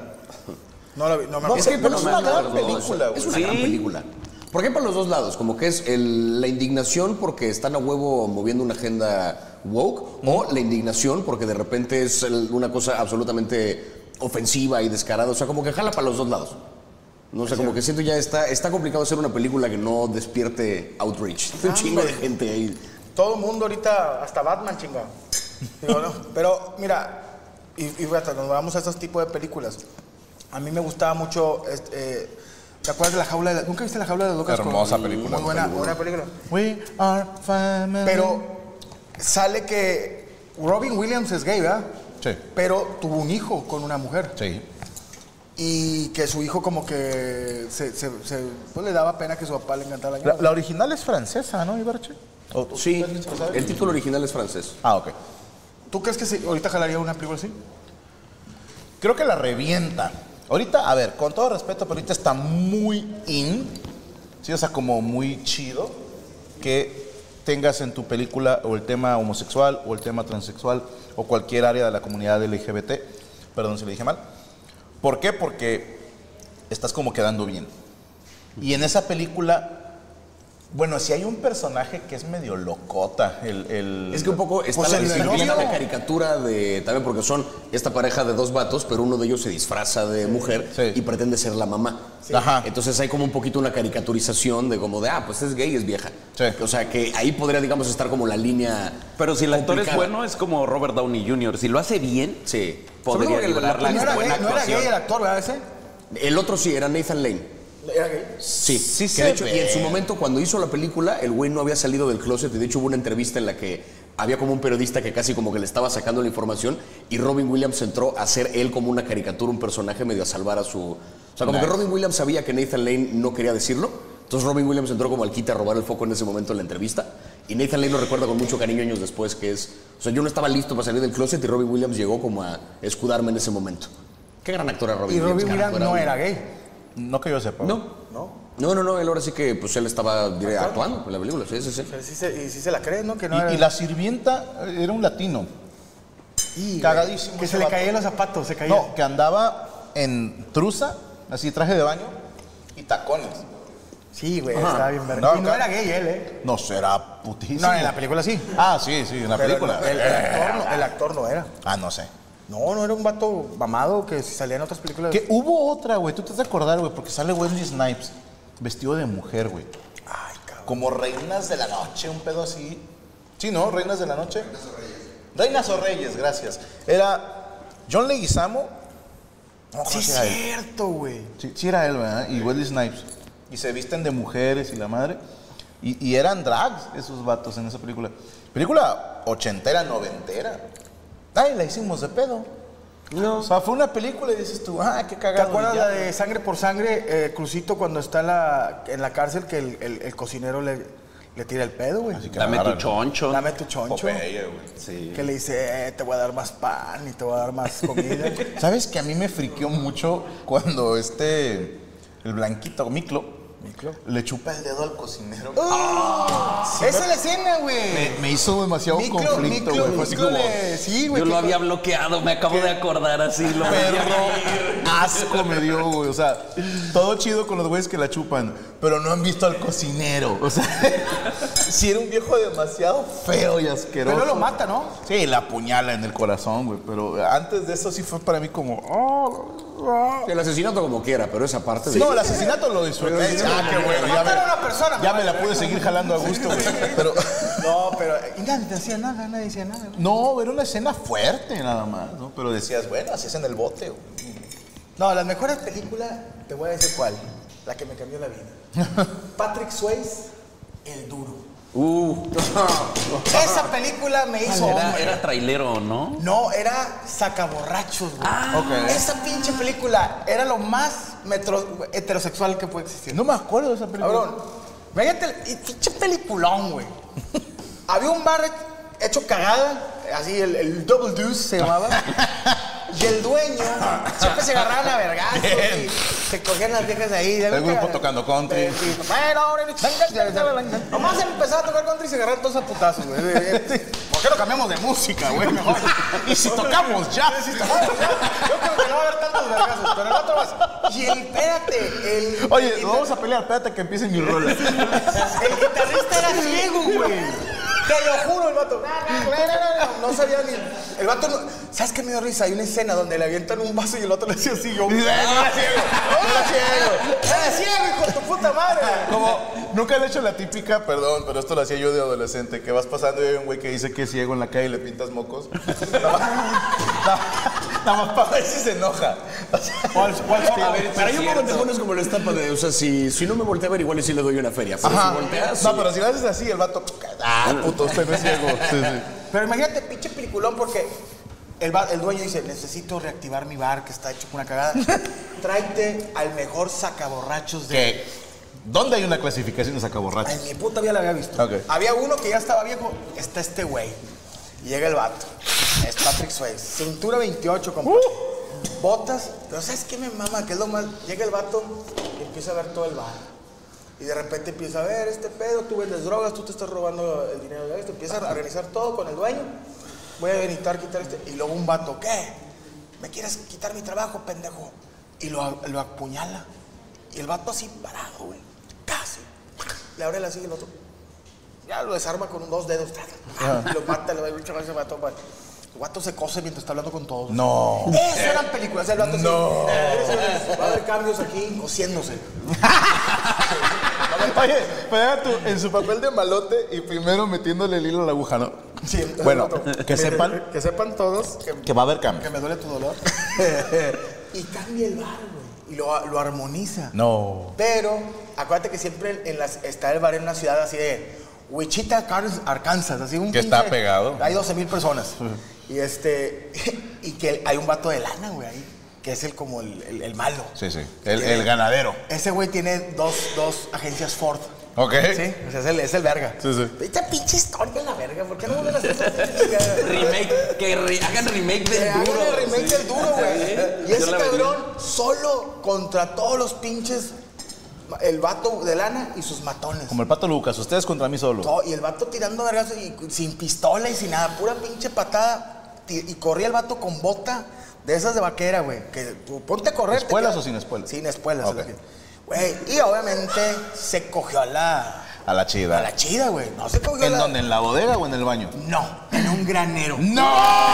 [SPEAKER 2] No, la vi- no
[SPEAKER 1] No
[SPEAKER 2] me acuerdo.
[SPEAKER 1] sé,
[SPEAKER 3] que
[SPEAKER 1] pero
[SPEAKER 3] no
[SPEAKER 1] es
[SPEAKER 3] me
[SPEAKER 1] una gran
[SPEAKER 3] acuerdo,
[SPEAKER 1] película, güey.
[SPEAKER 3] Es una
[SPEAKER 4] Sí.
[SPEAKER 3] gran película. Porque hay para los dos lados, como que es el- la indignación porque están a huevo moviendo una agenda woke, o la indignación porque de repente es el- una cosa absolutamente ofensiva y descarada. O sea, como que jala para los dos lados. No sé, como que siento ya está, está complicado hacer una película que no despierte outrage. Hay un chingo de gente ahí.
[SPEAKER 2] Todo el mundo ahorita, hasta Batman, chingado. Digo, no. Pero mira, y, y fíjate, cuando vamos a estos tipos de películas, a mí me gustaba mucho. este, eh, ¿Te acuerdas de la jaula de las ¿Nunca viste la jaula de las locas?
[SPEAKER 5] Hermosa película,
[SPEAKER 2] Muy buena, buena película.
[SPEAKER 1] We are family.
[SPEAKER 2] Pero sale que Robin Williams es gay, ¿verdad?
[SPEAKER 1] Sí.
[SPEAKER 2] Pero tuvo un hijo con una mujer.
[SPEAKER 1] Sí.
[SPEAKER 2] Y que su hijo, como que. Se, se, se- pues le daba pena que su papá le encantara la
[SPEAKER 1] La,
[SPEAKER 2] ñora.
[SPEAKER 1] la original es francesa, ¿no, Ibarche? ¿O-
[SPEAKER 3] Sí,
[SPEAKER 1] ¿alguien se lo sabe?
[SPEAKER 3] el título original es francés.
[SPEAKER 1] Ah, ok.
[SPEAKER 2] ¿Tú crees que sí- ahorita jalaría una película así?
[SPEAKER 1] Creo que la revienta. Ahorita, a ver, con todo respeto, pero ahorita está muy in, ¿sí? o sea, como muy chido que tengas en tu película o el tema homosexual o el tema transexual o cualquier área de la comunidad LGBT. Perdón si le dije mal. ¿Por qué? Porque estás como quedando bien. Y en esa película, bueno, si hay un personaje que es medio locota, el... el-
[SPEAKER 3] Es que un poco está
[SPEAKER 2] Pues
[SPEAKER 3] la
[SPEAKER 2] el
[SPEAKER 3] disciplina,
[SPEAKER 2] novio.
[SPEAKER 3] la caricatura de. También porque son esta pareja de dos vatos, pero uno de ellos se disfraza de mujer
[SPEAKER 1] Sí.
[SPEAKER 3] y pretende ser la mamá.
[SPEAKER 1] Ajá.
[SPEAKER 3] Entonces hay como un poquito una caricaturización de como de, ah, pues es gay, es vieja.
[SPEAKER 1] Sí.
[SPEAKER 3] O sea que ahí podría, digamos, estar como la línea.
[SPEAKER 4] Pero si el actor es
[SPEAKER 3] complicada.
[SPEAKER 4] bueno, es como Robert Downey Jr. Si lo hace bien,
[SPEAKER 3] Sí.
[SPEAKER 4] Podría
[SPEAKER 3] Sobre todo porque
[SPEAKER 4] igualar la-
[SPEAKER 2] no, era gay, no era
[SPEAKER 4] Buena actuación.
[SPEAKER 2] gay el actor, ¿verdad? Ese.
[SPEAKER 3] El otro sí, era Nathan Lane.
[SPEAKER 2] Era gay.
[SPEAKER 3] Sí,
[SPEAKER 1] Sí
[SPEAKER 3] que
[SPEAKER 1] se
[SPEAKER 3] de hecho,
[SPEAKER 1] ve.
[SPEAKER 3] y en su momento cuando hizo la película, el güey no había salido del closet y de hecho hubo una entrevista en la que había como un periodista que casi como que le estaba sacando la información y Robin Williams entró a hacer él como una caricatura, un personaje medio a salvar a su... O sea, como que Robin Williams sabía que Nathan Lane no quería decirlo, entonces Robin Williams entró como al quite a robar el foco en ese momento en la entrevista y Nathan Lane lo recuerda con mucho cariño años después que es... O sea, yo no estaba listo para salir del closet y Robin Williams llegó como a escudarme en ese momento. Qué gran actor era Robin
[SPEAKER 2] Y
[SPEAKER 3] Williams.
[SPEAKER 2] Robin
[SPEAKER 3] carajo,
[SPEAKER 2] Williams pues, no
[SPEAKER 3] un-
[SPEAKER 2] era gay.
[SPEAKER 1] No que yo sepa.
[SPEAKER 3] no. No, no, no, él ahora sí que pues él estaba diré, actuando en la película, sí, sí, sí.
[SPEAKER 2] Pero sí se, y sí se la cree, ¿no? Que no era-
[SPEAKER 1] Y, y la sirvienta eh, era un latino.
[SPEAKER 2] Y,
[SPEAKER 1] Cagadísimo
[SPEAKER 2] Que
[SPEAKER 1] ese
[SPEAKER 2] se le
[SPEAKER 1] vato.
[SPEAKER 2] caían los zapatos, se caía.
[SPEAKER 1] No, que andaba en trusa, así traje de baño y tacones.
[SPEAKER 2] Sí, güey, estaba bien verga.
[SPEAKER 1] No,
[SPEAKER 2] y no
[SPEAKER 1] acá-
[SPEAKER 2] era gay él, ¿eh?
[SPEAKER 1] No será putísimo.
[SPEAKER 2] No, en la película sí.
[SPEAKER 1] Ah, sí, sí, en la
[SPEAKER 2] Pero
[SPEAKER 1] película. Eh.
[SPEAKER 2] El, el actor no, el actor no era.
[SPEAKER 1] Ah, no sé.
[SPEAKER 2] No, no era un vato mamado que si salía en otras películas.
[SPEAKER 1] Que hubo otra, güey. Tú te has de acordar, güey, porque sale Wesley Snipes vestido de mujer, güey.
[SPEAKER 2] Ay, cabrón.
[SPEAKER 1] Como reinas de la noche, un pedo así. Sí, ¿no? Reinas de la noche. Reinas o Reyes, gracias. Era John Leguizamo. No,
[SPEAKER 2] Sí,
[SPEAKER 1] ¿cómo
[SPEAKER 2] es
[SPEAKER 1] se llama él?
[SPEAKER 2] cierto, güey.
[SPEAKER 1] Sí, sí era él, ¿verdad? Y Wesley Snipes. Y se visten de mujeres y la madre. Y, y eran drags esos vatos en esa película. Película ochentera, noventera. Ay, la hicimos de pedo. O sea, fue una película y dices tú, ah, qué
[SPEAKER 2] ¿Te
[SPEAKER 1] cagado.
[SPEAKER 2] acuerdas
[SPEAKER 1] y ya.
[SPEAKER 2] la de Sangre por Sangre, eh, Crucito, cuando está en la, en la cárcel que el, el- el cocinero le, le tira el pedo, güey?
[SPEAKER 1] Así que
[SPEAKER 4] dame tu
[SPEAKER 1] agárralo.
[SPEAKER 4] choncho.
[SPEAKER 2] Dame tu choncho.
[SPEAKER 1] Popeye, güey.
[SPEAKER 2] Que le dice, eh, te voy a dar más pan y te voy a dar más comida.
[SPEAKER 1] ¿Sabes que a mí me friqueó mucho cuando este, el blanquito, Miclo, le chupa el dedo al cocinero?
[SPEAKER 2] ¡Oh! Esa es la escena, güey.
[SPEAKER 1] Me, me hizo demasiado
[SPEAKER 2] Miclo,
[SPEAKER 1] conflicto,
[SPEAKER 2] Miclo,
[SPEAKER 1] güey. Fue así
[SPEAKER 2] Miclo
[SPEAKER 1] como,
[SPEAKER 2] le- Sí, güey.
[SPEAKER 4] Yo
[SPEAKER 2] que-
[SPEAKER 4] lo había bloqueado, me acabo de acordar así. Lo
[SPEAKER 1] perro asco me dio, güey. O sea, todo chido con los güeyes que la chupan, pero no han visto al cocinero. O sea, si era un viejo demasiado feo y asqueroso.
[SPEAKER 2] Pero lo mata, ¿no?
[SPEAKER 1] Sí, la apuñala en el corazón, güey. Pero antes de eso sí fue para mí como. oh, oh.
[SPEAKER 3] El asesinato como quiera, pero esa parte de...
[SPEAKER 1] No, el asesinato lo disfruté. Ah, qué bueno. Ya
[SPEAKER 2] Mataron a
[SPEAKER 1] me,
[SPEAKER 2] una persona.
[SPEAKER 1] ya me la pude seguir jalando a gusto, güey. Pero.
[SPEAKER 2] No, pero. eh, Y nadie te hacía nada, nadie decía nada. güey.
[SPEAKER 1] No, era una escena fuerte nada más, ¿no? Pero decías, bueno, así es en el bote, güey.
[SPEAKER 2] No, las mejores películas, te voy a decir cuál. La que me cambió la vida. Patrick Swayze, El Duro. Ah,
[SPEAKER 4] Uh,
[SPEAKER 2] Esa película me hizo
[SPEAKER 4] era,
[SPEAKER 2] hombre.
[SPEAKER 4] era trailero, ¿no?
[SPEAKER 2] No, era sacaborrachos, güey.
[SPEAKER 1] ok.
[SPEAKER 2] Esa pinche película era lo más metro- heterosexual que puede existir.
[SPEAKER 1] No me acuerdo de esa película.
[SPEAKER 2] Cabrón, véngate, y pinche peliculón, güey. Había un bar hecho cagada, así el, el Double Deuce se llamaba. Y el dueño siempre se agarraban a vergazos y se cogían las viejas ahí.
[SPEAKER 1] El grupo tocando country.
[SPEAKER 2] Eh, sí, bueno, ahora Nomás empezaba a tocar country y se agarraron todos a putazos, güey. ¿Por qué no cambiamos de música, güey? Mejor.
[SPEAKER 1] Y si tocamos ya.
[SPEAKER 2] Yo creo que no va a haber tantos vergazos, pero el otro más. Y el, espérate, el.
[SPEAKER 1] Oye,
[SPEAKER 2] el-
[SPEAKER 1] nos vamos a pelear, espérate que empiece mi rola.
[SPEAKER 2] el guitarrista era ciego, güey. Te lo juro, el vato. No, no, no, no, no sabía ni. El vato. no- ¿Sabes qué me dio risa? Hay una escena donde le avientan un vaso y el otro le decía así, yo.
[SPEAKER 1] Y dice, "No era ciego, no era ciego".
[SPEAKER 2] ¡Era ciego, hijo de tu puta madre!
[SPEAKER 1] Como, nunca le he hecho la típica, perdón, pero esto lo hacía yo de adolescente, que vas pasando y hay un güey que dice que es ciego en la calle y le pintas mocos. Nada más, nada, nada más para ver si se enoja. O sea,
[SPEAKER 3] A ver, pero yo cuando te pones como la estampa de, o sea, si, si no me voltea a ver, igual y sí le doy una feria. Pero
[SPEAKER 1] Ajá.
[SPEAKER 3] si volteas.
[SPEAKER 1] No,
[SPEAKER 3] sí.
[SPEAKER 1] pero si lo haces así, el vato. Ah, puto, usted no es ciego. Sí, sí.
[SPEAKER 2] Pero imagínate, pinche peliculón, porque el, va- el dueño dice, necesito reactivar mi bar que está hecho con una cagada. Tráete al mejor sacaborrachos de...
[SPEAKER 1] Que, ¿Dónde hay una clasificación de sacaborrachos?
[SPEAKER 2] En mi puta vida la había visto.
[SPEAKER 1] Ok.
[SPEAKER 2] Había uno que ya estaba viejo. Está este güey. Llega el vato. Es Patrick Swayze. Cintura 28, compa. Botas. Pero ¿sabes qué me mama? Que es lo más... Llega el vato y empieza a ver todo el bar. Y de repente empieza a ver este pedo. Tú vendes drogas, tú te estás robando el dinero de esto. Empieza a organizar todo con el dueño. Voy a necesitar quitar este... Y luego un vato, ¿qué? ¿Me quieres quitar mi trabajo, pendejo? Y lo, lo apuñala. Y el vato así parado, güey. Casi. Le abre la silla y el otro. Ya lo desarma con dos dedos.
[SPEAKER 1] Ah.
[SPEAKER 2] Lo mata, le va a luchar con ese vato. pa- El vato se cose mientras está hablando con todos.
[SPEAKER 1] No.
[SPEAKER 2] Esas eran películas. El vato así,
[SPEAKER 1] No.
[SPEAKER 2] "Eh, señores, Va a haber cambios aquí, cosiéndose.
[SPEAKER 1] Oye, pero era tú, en su papel de malote y primero metiéndole el hilo a la aguja, ¿no?
[SPEAKER 2] Sí, entonces
[SPEAKER 1] Bueno,
[SPEAKER 2] el vato,
[SPEAKER 1] que sepan
[SPEAKER 2] Que sepan todos que,
[SPEAKER 1] que va a haber
[SPEAKER 2] que
[SPEAKER 1] cambio.
[SPEAKER 2] me duele tu dolor. y cambia el bar, güey. Y lo, lo armoniza.
[SPEAKER 1] No.
[SPEAKER 2] Pero acuérdate que siempre en las, está el bar en una ciudad así de Wichita, Car- Arkansas, así un
[SPEAKER 1] Que está pegado.
[SPEAKER 2] Hay 12 mil personas. Y este y que hay un vato de lana, güey, ahí, que es el como el, el- el malo.
[SPEAKER 1] Sí, sí. El, el ganadero.
[SPEAKER 2] Ese güey tiene dos, dos agencias Ford.
[SPEAKER 1] ¿Ok?
[SPEAKER 2] Sí, o sea, es el, es el verga.
[SPEAKER 1] Sí, sí.
[SPEAKER 2] Esta pinche historia en la verga, ¿por qué no vuelven a hacer esa pinche chingada?
[SPEAKER 4] Remake, que re- hagan remake
[SPEAKER 2] Que
[SPEAKER 4] del
[SPEAKER 2] hagan
[SPEAKER 4] duro.
[SPEAKER 2] el remake
[SPEAKER 4] sí.
[SPEAKER 2] del duro, güey.
[SPEAKER 4] Sí,
[SPEAKER 2] Y
[SPEAKER 4] yo
[SPEAKER 2] ese
[SPEAKER 4] la vería.
[SPEAKER 2] cabrón solo contra todos los pinches. El vato de lana y sus matones.
[SPEAKER 1] Como el pato Lucas, ustedes contra mí solo.
[SPEAKER 2] No, y el vato tirando vergas y sin pistola y sin nada, pura pinche patada. Ti- Y corría el vato con bota de esas de vaquera, güey. Que tú ponte a correr. te
[SPEAKER 1] ¿Espuelas
[SPEAKER 2] queda-
[SPEAKER 1] o sin espuelas?
[SPEAKER 2] Sin espuelas.
[SPEAKER 1] Ok.
[SPEAKER 2] es lo que- Güey, y obviamente se cogió a la,
[SPEAKER 1] A la
[SPEAKER 2] a
[SPEAKER 1] chida.
[SPEAKER 2] la chida, güey. No se cogió a
[SPEAKER 1] ¿En
[SPEAKER 2] la...
[SPEAKER 1] dónde? ¿En la bodega o en el baño?
[SPEAKER 2] No, en un granero.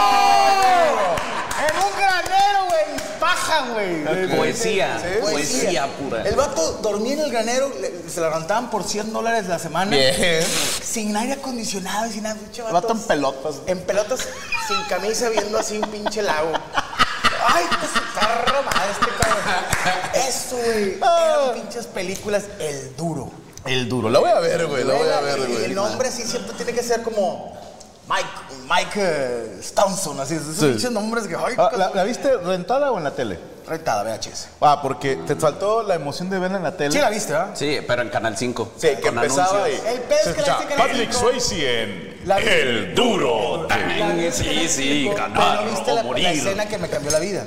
[SPEAKER 1] ¡No!
[SPEAKER 2] En un granero, güey. Paja, güey.
[SPEAKER 4] Poesía, poesía pura.
[SPEAKER 2] Pues El vato dormía en el granero, le- se lo levantaban por 100 dólares la semana.
[SPEAKER 1] Bien.
[SPEAKER 2] Sin aire acondicionado y sin nada. pinche
[SPEAKER 1] El
[SPEAKER 2] vato
[SPEAKER 1] vato en pelotas.
[SPEAKER 2] En pelotas, sin camisa, viendo así un pinche lago. Ay, pues está robado este cabrón. Eso, güey.
[SPEAKER 1] Ah.
[SPEAKER 2] Eran pinches películas, el duro.
[SPEAKER 1] El duro. La voy a ver, güey. La voy a ver,
[SPEAKER 2] Y
[SPEAKER 1] güey.
[SPEAKER 2] el nombre sí siempre tiene que ser como Mike, Mike eh, Stonson, así. Esos
[SPEAKER 1] Sí.
[SPEAKER 2] pinches nombres que. Ay,
[SPEAKER 1] Ah, ¿La, la viste rentada o en la tele?
[SPEAKER 2] Retada, VHS.
[SPEAKER 1] Ah, porque te faltó la emoción de verla en la tele.
[SPEAKER 2] Sí, la viste, ¿verdad?
[SPEAKER 4] Sí, pero en Canal 5.
[SPEAKER 1] Sí, que
[SPEAKER 4] con
[SPEAKER 1] empezaba
[SPEAKER 4] anuncios.
[SPEAKER 1] y.
[SPEAKER 2] El
[SPEAKER 1] se
[SPEAKER 2] pez que le
[SPEAKER 1] escuchaba,
[SPEAKER 2] hace que le
[SPEAKER 1] Patrick
[SPEAKER 2] picó".
[SPEAKER 1] Swayze en
[SPEAKER 2] La-
[SPEAKER 1] El Duro.
[SPEAKER 4] Ay, Sí, sí,
[SPEAKER 2] Pero
[SPEAKER 4] ganar
[SPEAKER 2] viste la,
[SPEAKER 4] o
[SPEAKER 2] la
[SPEAKER 4] morir.
[SPEAKER 2] escena que me cambió la vida.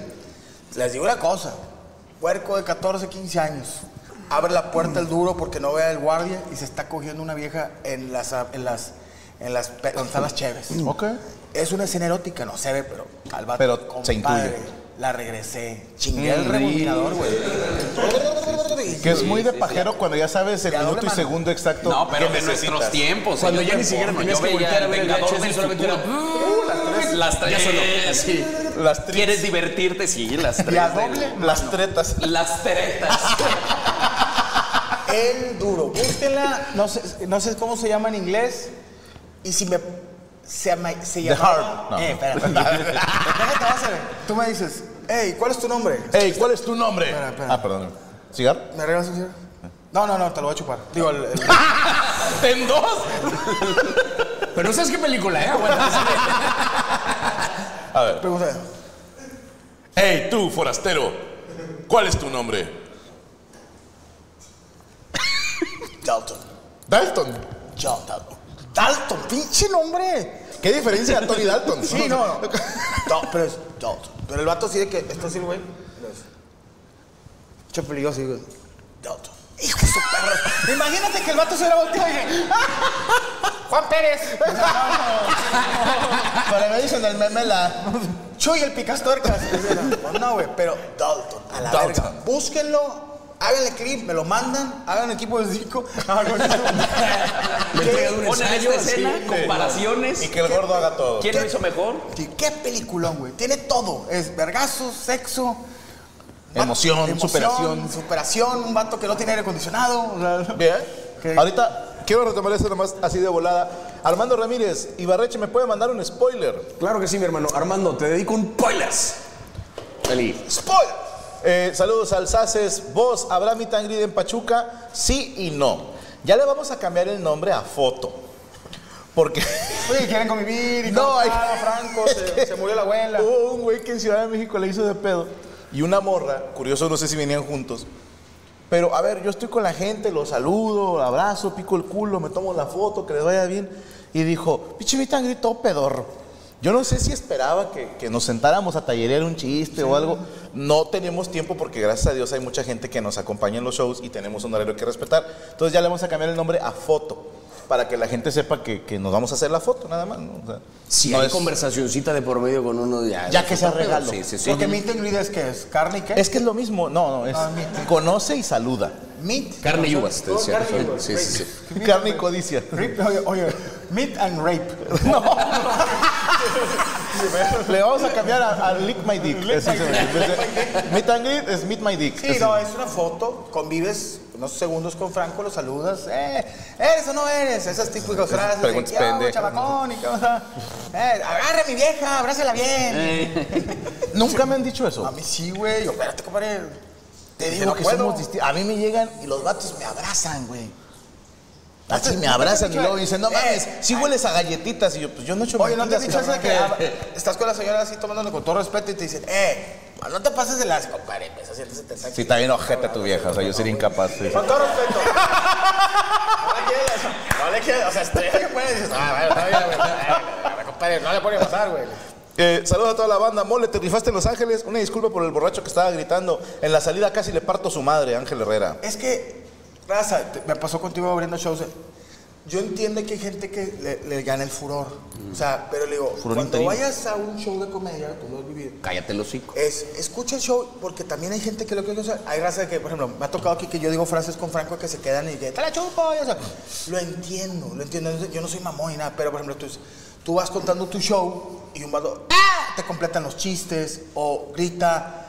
[SPEAKER 2] Les digo una cosa. Puerco de 14, 15 años. Abre la puerta el duro porque no vea el guardia y se está cogiendo una vieja en las... En las en las, pe- donde están las cheves.
[SPEAKER 1] Ok.
[SPEAKER 2] Es una escena erótica, no se ve, pero al vato,
[SPEAKER 1] Pero se
[SPEAKER 2] compadre,
[SPEAKER 1] intuye. Mm,
[SPEAKER 2] La regresé. Chingué el rebobinador, güey.
[SPEAKER 1] Que es muy de pajero cuando ya sabes el
[SPEAKER 2] De a doble
[SPEAKER 1] minuto y
[SPEAKER 2] mano.
[SPEAKER 1] segundo exacto.
[SPEAKER 4] No, pero
[SPEAKER 1] que
[SPEAKER 4] de nuestros
[SPEAKER 1] necesitas.
[SPEAKER 4] tiempos.
[SPEAKER 3] Cuando
[SPEAKER 4] yo
[SPEAKER 3] ya
[SPEAKER 4] me
[SPEAKER 3] ni siquiera
[SPEAKER 4] porno,
[SPEAKER 3] tenías
[SPEAKER 4] yo
[SPEAKER 3] que
[SPEAKER 4] veía
[SPEAKER 3] voltear a
[SPEAKER 4] el
[SPEAKER 3] ver el
[SPEAKER 4] Vengador
[SPEAKER 3] VHS,
[SPEAKER 4] del
[SPEAKER 3] solamente era,
[SPEAKER 4] Futuro. Las tres.
[SPEAKER 3] Ya solo, así.
[SPEAKER 1] Las tri-
[SPEAKER 4] ¿Quieres divertirte? Sí, las tres.
[SPEAKER 1] La
[SPEAKER 4] del-
[SPEAKER 1] doble, las tretas.
[SPEAKER 4] Las tretas.
[SPEAKER 2] El duro. Búsquenla. No sé, no sé cómo se llama en inglés. Y si me. Se, llama- se
[SPEAKER 1] The
[SPEAKER 2] llamaba.
[SPEAKER 1] Hard. No.
[SPEAKER 2] Eh, espérate. Déjate, vas a ver. Tú me dices, hey, ¿cuál es tu nombre?
[SPEAKER 1] Ey, ¿cuál es tu nombre?
[SPEAKER 2] Espera, espera.
[SPEAKER 1] Ah, perdón. ¿Cigarro?
[SPEAKER 2] ¿Me regalas un cigarro? No, no, no, te lo voy a chupar. Digo, el- el-
[SPEAKER 4] ¿En dos?
[SPEAKER 3] Pero no sabes qué película, ¿eh? Aguanta.
[SPEAKER 2] pregunta.
[SPEAKER 6] Hey, tú, forastero, ¿cuál es tu nombre?
[SPEAKER 2] Dalton.
[SPEAKER 1] Dalton.
[SPEAKER 2] John Dalton. Dalton, pinche nombre.
[SPEAKER 1] ¿Qué diferencia a Tony Dalton?
[SPEAKER 2] Sí, no. no. Da- pero es Dalton. Pero el vato sí de que. Esto sí, güey. Pero es- Che peligroso, digo. Dalton. Hijo de su perro. Imagínate que el vato se hubiera volteado y dije. "Ah". Juan Pérez.
[SPEAKER 1] Para me dicen el meme la.
[SPEAKER 2] Chuy el picas tuercas. No, güey, pero Dalton, a la
[SPEAKER 1] Dalton.
[SPEAKER 2] verga. Búsquenlo, háganle clip, me lo mandan, hagan equipo de disco.
[SPEAKER 3] Me entregan un
[SPEAKER 4] Ponen
[SPEAKER 3] ensayo
[SPEAKER 4] esta
[SPEAKER 2] este
[SPEAKER 3] así.
[SPEAKER 4] escena,
[SPEAKER 1] Y
[SPEAKER 4] comparaciones.
[SPEAKER 1] que el gordo haga todo.
[SPEAKER 4] ¿Quién lo hizo mejor?
[SPEAKER 2] Sí, Qué peliculón, güey. Tiene todo. Es vergazo, sexo. vato-
[SPEAKER 1] Emoción, superación.
[SPEAKER 2] Superación, un vato que no tiene aire acondicionado. o sea,
[SPEAKER 1] Bien.
[SPEAKER 2] ¿Qué?
[SPEAKER 1] Ahorita quiero retomar eso nomás así de volada. Armando Ramírez, Ibarreche, ¿me puede mandar un spoiler?
[SPEAKER 3] Claro que sí, mi hermano. Armando, te dedico un poilers. Eli.
[SPEAKER 1] ¡Spoiler! Eh, saludos al Saces, vos, ¿habrá mi tangrid en Pachuca? Sí y no. Ya le vamos a cambiar el nombre a foto. Porque
[SPEAKER 2] Oye, quieren convivir y
[SPEAKER 1] No,
[SPEAKER 2] todo.
[SPEAKER 1] hay-
[SPEAKER 2] Ah, Franco, se, se murió la abuela.
[SPEAKER 1] hubo un güey que en Ciudad de México le hizo de pedo. Y una morra, curioso, no sé si venían juntos. Pero a ver, yo estoy con la gente, los saludo, abrazo, pico el culo, me tomo la foto, que les vaya bien. Y dijo, pinche mi tangri todo pedorro. Yo no sé si esperaba que, que nos sentáramos a tallerear un chiste o algo. No tenemos tiempo porque gracias a Dios hay mucha gente que nos acompaña en los shows y tenemos un horario que respetar. Entonces ya le vamos a cambiar el nombre a foto para que la gente sepa que, que nos vamos a hacer la foto nada más. ¿no? O sea,
[SPEAKER 3] Si
[SPEAKER 1] no
[SPEAKER 3] hay
[SPEAKER 1] es-
[SPEAKER 3] conversacioncita de por medio con uno, ya.
[SPEAKER 1] Ya que sea
[SPEAKER 3] Pero
[SPEAKER 1] regalo.
[SPEAKER 3] Sí, sí, sí.
[SPEAKER 2] Porque Meet and Greet es que es carne y qué?
[SPEAKER 1] Es que es lo mismo, no, no, es
[SPEAKER 2] Ah, mira.
[SPEAKER 1] conoce y saluda.
[SPEAKER 2] Meet.
[SPEAKER 3] Carne y uvas, te
[SPEAKER 2] No,
[SPEAKER 3] decía.
[SPEAKER 2] carne y uvas.
[SPEAKER 3] Sí, sí, sí.
[SPEAKER 1] Carne y codicia.
[SPEAKER 2] Rape, oye, oye, meet and rape.
[SPEAKER 1] Le vamos a cambiar a, a Lick My Dick. Eso se- meet and greet es Meet My Dick.
[SPEAKER 2] Sí,
[SPEAKER 1] Eso.
[SPEAKER 2] no, es una foto, convives unos segundos con Franco, lo saludas, eh, ¿eres o no eres? Esas típicas frases, de,
[SPEAKER 1] preguntas
[SPEAKER 2] "¿Qué hago,
[SPEAKER 1] pendejas".
[SPEAKER 2] chabacón, y qué onda? Eh, agarra a mi vieja, abrázala bien.
[SPEAKER 4] Eh,
[SPEAKER 1] Nunca me han dicho eso.
[SPEAKER 2] A mí sí, güey, yo, espérate, compadre, te digo
[SPEAKER 1] Pero que
[SPEAKER 2] que puedo.
[SPEAKER 1] somos disti- A mí me llegan y los vatos me abrazan, güey. Así me
[SPEAKER 2] ¿No te
[SPEAKER 1] abrazan
[SPEAKER 2] han
[SPEAKER 1] y
[SPEAKER 2] dicho
[SPEAKER 1] luego
[SPEAKER 2] eso?
[SPEAKER 1] dicen, no mames,
[SPEAKER 2] Eh,
[SPEAKER 1] sí hueles a galletitas. Y yo, pues yo no he hecho
[SPEAKER 2] Oye, ¿no te han
[SPEAKER 1] galletitas,
[SPEAKER 2] dicho eso de que
[SPEAKER 1] cabrón.
[SPEAKER 2] ah, estás con la señora así tomándole con todo respeto y te dicen, eh, no te pases de las, compadre, pues, empieza a hacerse tensa.
[SPEAKER 1] Sí, está bien ojeta tu vieja, o sea, yo sería incapaz. sí.
[SPEAKER 2] Con todo respeto. No le quieres, no le quieres, o sea, estoy que puedes, dices, ah, bueno, está bien, güey, está bien, compadre, no le puede pasar, güey.
[SPEAKER 1] Eh, saludos a toda la banda. Mole, te rifaste en Los Ángeles. Una disculpa por el borracho que estaba gritando. En la salida casi le parto su madre, Ángel Herrera.
[SPEAKER 2] Es que, raza, te- me pasó contigo abriendo shows. eh. Yo entiendo que hay gente que le, le gana el furor. O sea, pero le digo, cuando
[SPEAKER 4] interino.
[SPEAKER 2] vayas a un show de comedia, tú lo has vivido.
[SPEAKER 3] Cállate el hocico.
[SPEAKER 2] Es, escucha el show, porque también hay gente que lo que o sea, hay raza que, por ejemplo, me ha tocado aquí que yo digo frases con Franco que se quedan y que te la chupo, y, o sea, lo entiendo, lo entiendo, yo no soy mamón y nada, pero por ejemplo, tú, tú vas contando tu show y un vato, ¡ah! te completan los chistes o grita,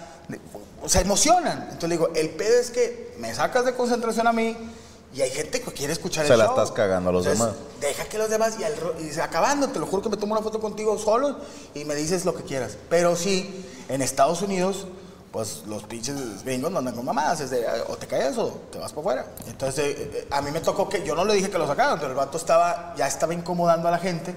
[SPEAKER 2] o sea, emocionan. Entonces le digo, el pedo es que me sacas de concentración a mí y hay gente que quiere escuchar
[SPEAKER 1] Se
[SPEAKER 2] el
[SPEAKER 1] la
[SPEAKER 2] show.
[SPEAKER 1] estás cagando a los demás.
[SPEAKER 2] Deja que los demás y, al ro- y se- acabando, te lo juro que me tomo una foto contigo solo y me dices lo que quieras. Pero sí, en Estados Unidos, pues los pinches gringos no andan con mamadas, es de, ah, o te callas o te vas para afuera. Entonces, eh, eh, a mí me tocó que yo no le dije que lo sacaran, pero el vato estaba, ya estaba incomodando a la gente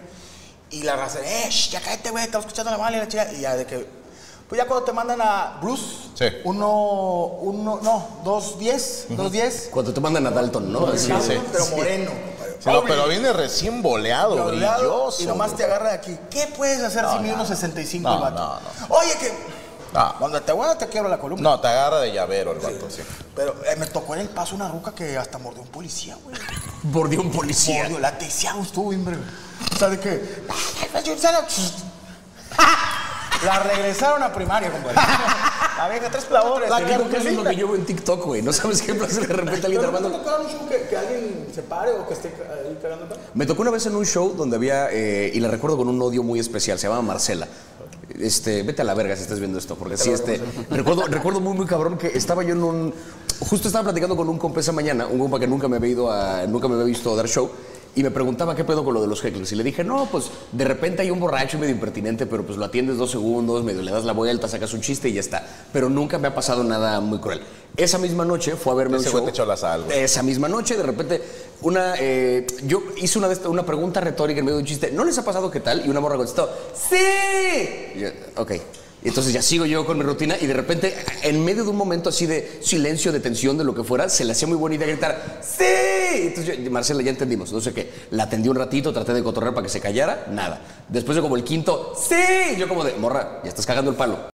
[SPEAKER 2] y la raza, eh, shh, ya cállate, güey, estamos escuchando la mala y la chica, y ya de que. Pues ya cuando te mandan a Bruce,
[SPEAKER 1] Sí.
[SPEAKER 2] uno, uno, no, dos diez, dos diez,
[SPEAKER 3] Cuando te mandan a Dalton, ¿no? Así,
[SPEAKER 2] cabrón,
[SPEAKER 3] sí.
[SPEAKER 2] pero moreno. compadre.
[SPEAKER 1] Sí, no, pero viene recién boleado,
[SPEAKER 2] Lo oleado,
[SPEAKER 1] brilloso.
[SPEAKER 2] y nomás te agarra de aquí. ¿Qué puedes hacer si mide unos 65 el
[SPEAKER 1] No,
[SPEAKER 2] vato?
[SPEAKER 1] no,
[SPEAKER 2] Oye, que.
[SPEAKER 1] Ah.
[SPEAKER 2] Cuando te aguanta te quiebro la columna.
[SPEAKER 1] No, te agarra de llavero el vato, sí.
[SPEAKER 2] Pero eh, me tocó en el paso una ruca que hasta mordió un policía, güey.
[SPEAKER 3] Bordeó un policía.
[SPEAKER 1] eh.
[SPEAKER 2] Mordió, la teiseamos estuvo bien breve. O sea, de que. La regresaron a primaria, compadre. La vieja, tres clavos.
[SPEAKER 3] Te digo que eso es lo que yo veo en TikTok, güey. No sabes qué placer de repente alguien armando.
[SPEAKER 2] que, que alguien se pare o que esté ahí cagando? tal?
[SPEAKER 3] Me tocó una vez en un show donde había, eh, y la recuerdo con un odio muy especial, se llamaba Marcela. Este, vete a la verga si estás viendo esto, porque sí, este, recuerdo, recuerdo muy, muy cabrón que estaba yo en un, justo estaba platicando con un compa esa mañana, un compa que nunca me había ido a, nunca me había visto dar show, y me preguntaba qué pedo con lo de los hecklers, y le dije, no, pues, de repente hay un borracho medio impertinente, pero pues lo atiendes dos segundos, medio le das la vuelta, sacas un chiste y ya está, pero nunca me ha pasado nada muy cruel. Esa misma noche fue a verme un
[SPEAKER 1] Ese güey
[SPEAKER 3] show.
[SPEAKER 1] te echó la sal, güey.
[SPEAKER 3] Esa misma noche, de repente, una, eh, yo hice una, de esta- una pregunta retórica en medio de un chiste. ¿No les ha pasado qué tal? Y una morra contestó, ¡Sí! Y yo, ok. Y entonces ya sigo yo con mi rutina y de repente, en medio de un momento así de silencio, de tensión, de lo que fuera, se le hacía muy buena idea gritar, ¡Sí! Entonces yo, Marcela, ya entendimos, no sé qué. La atendí un ratito, traté de cotorrear para que se callara, nada. Después de como el quinto, ¡Sí! Yo como de, morra, ya estás cagando el palo.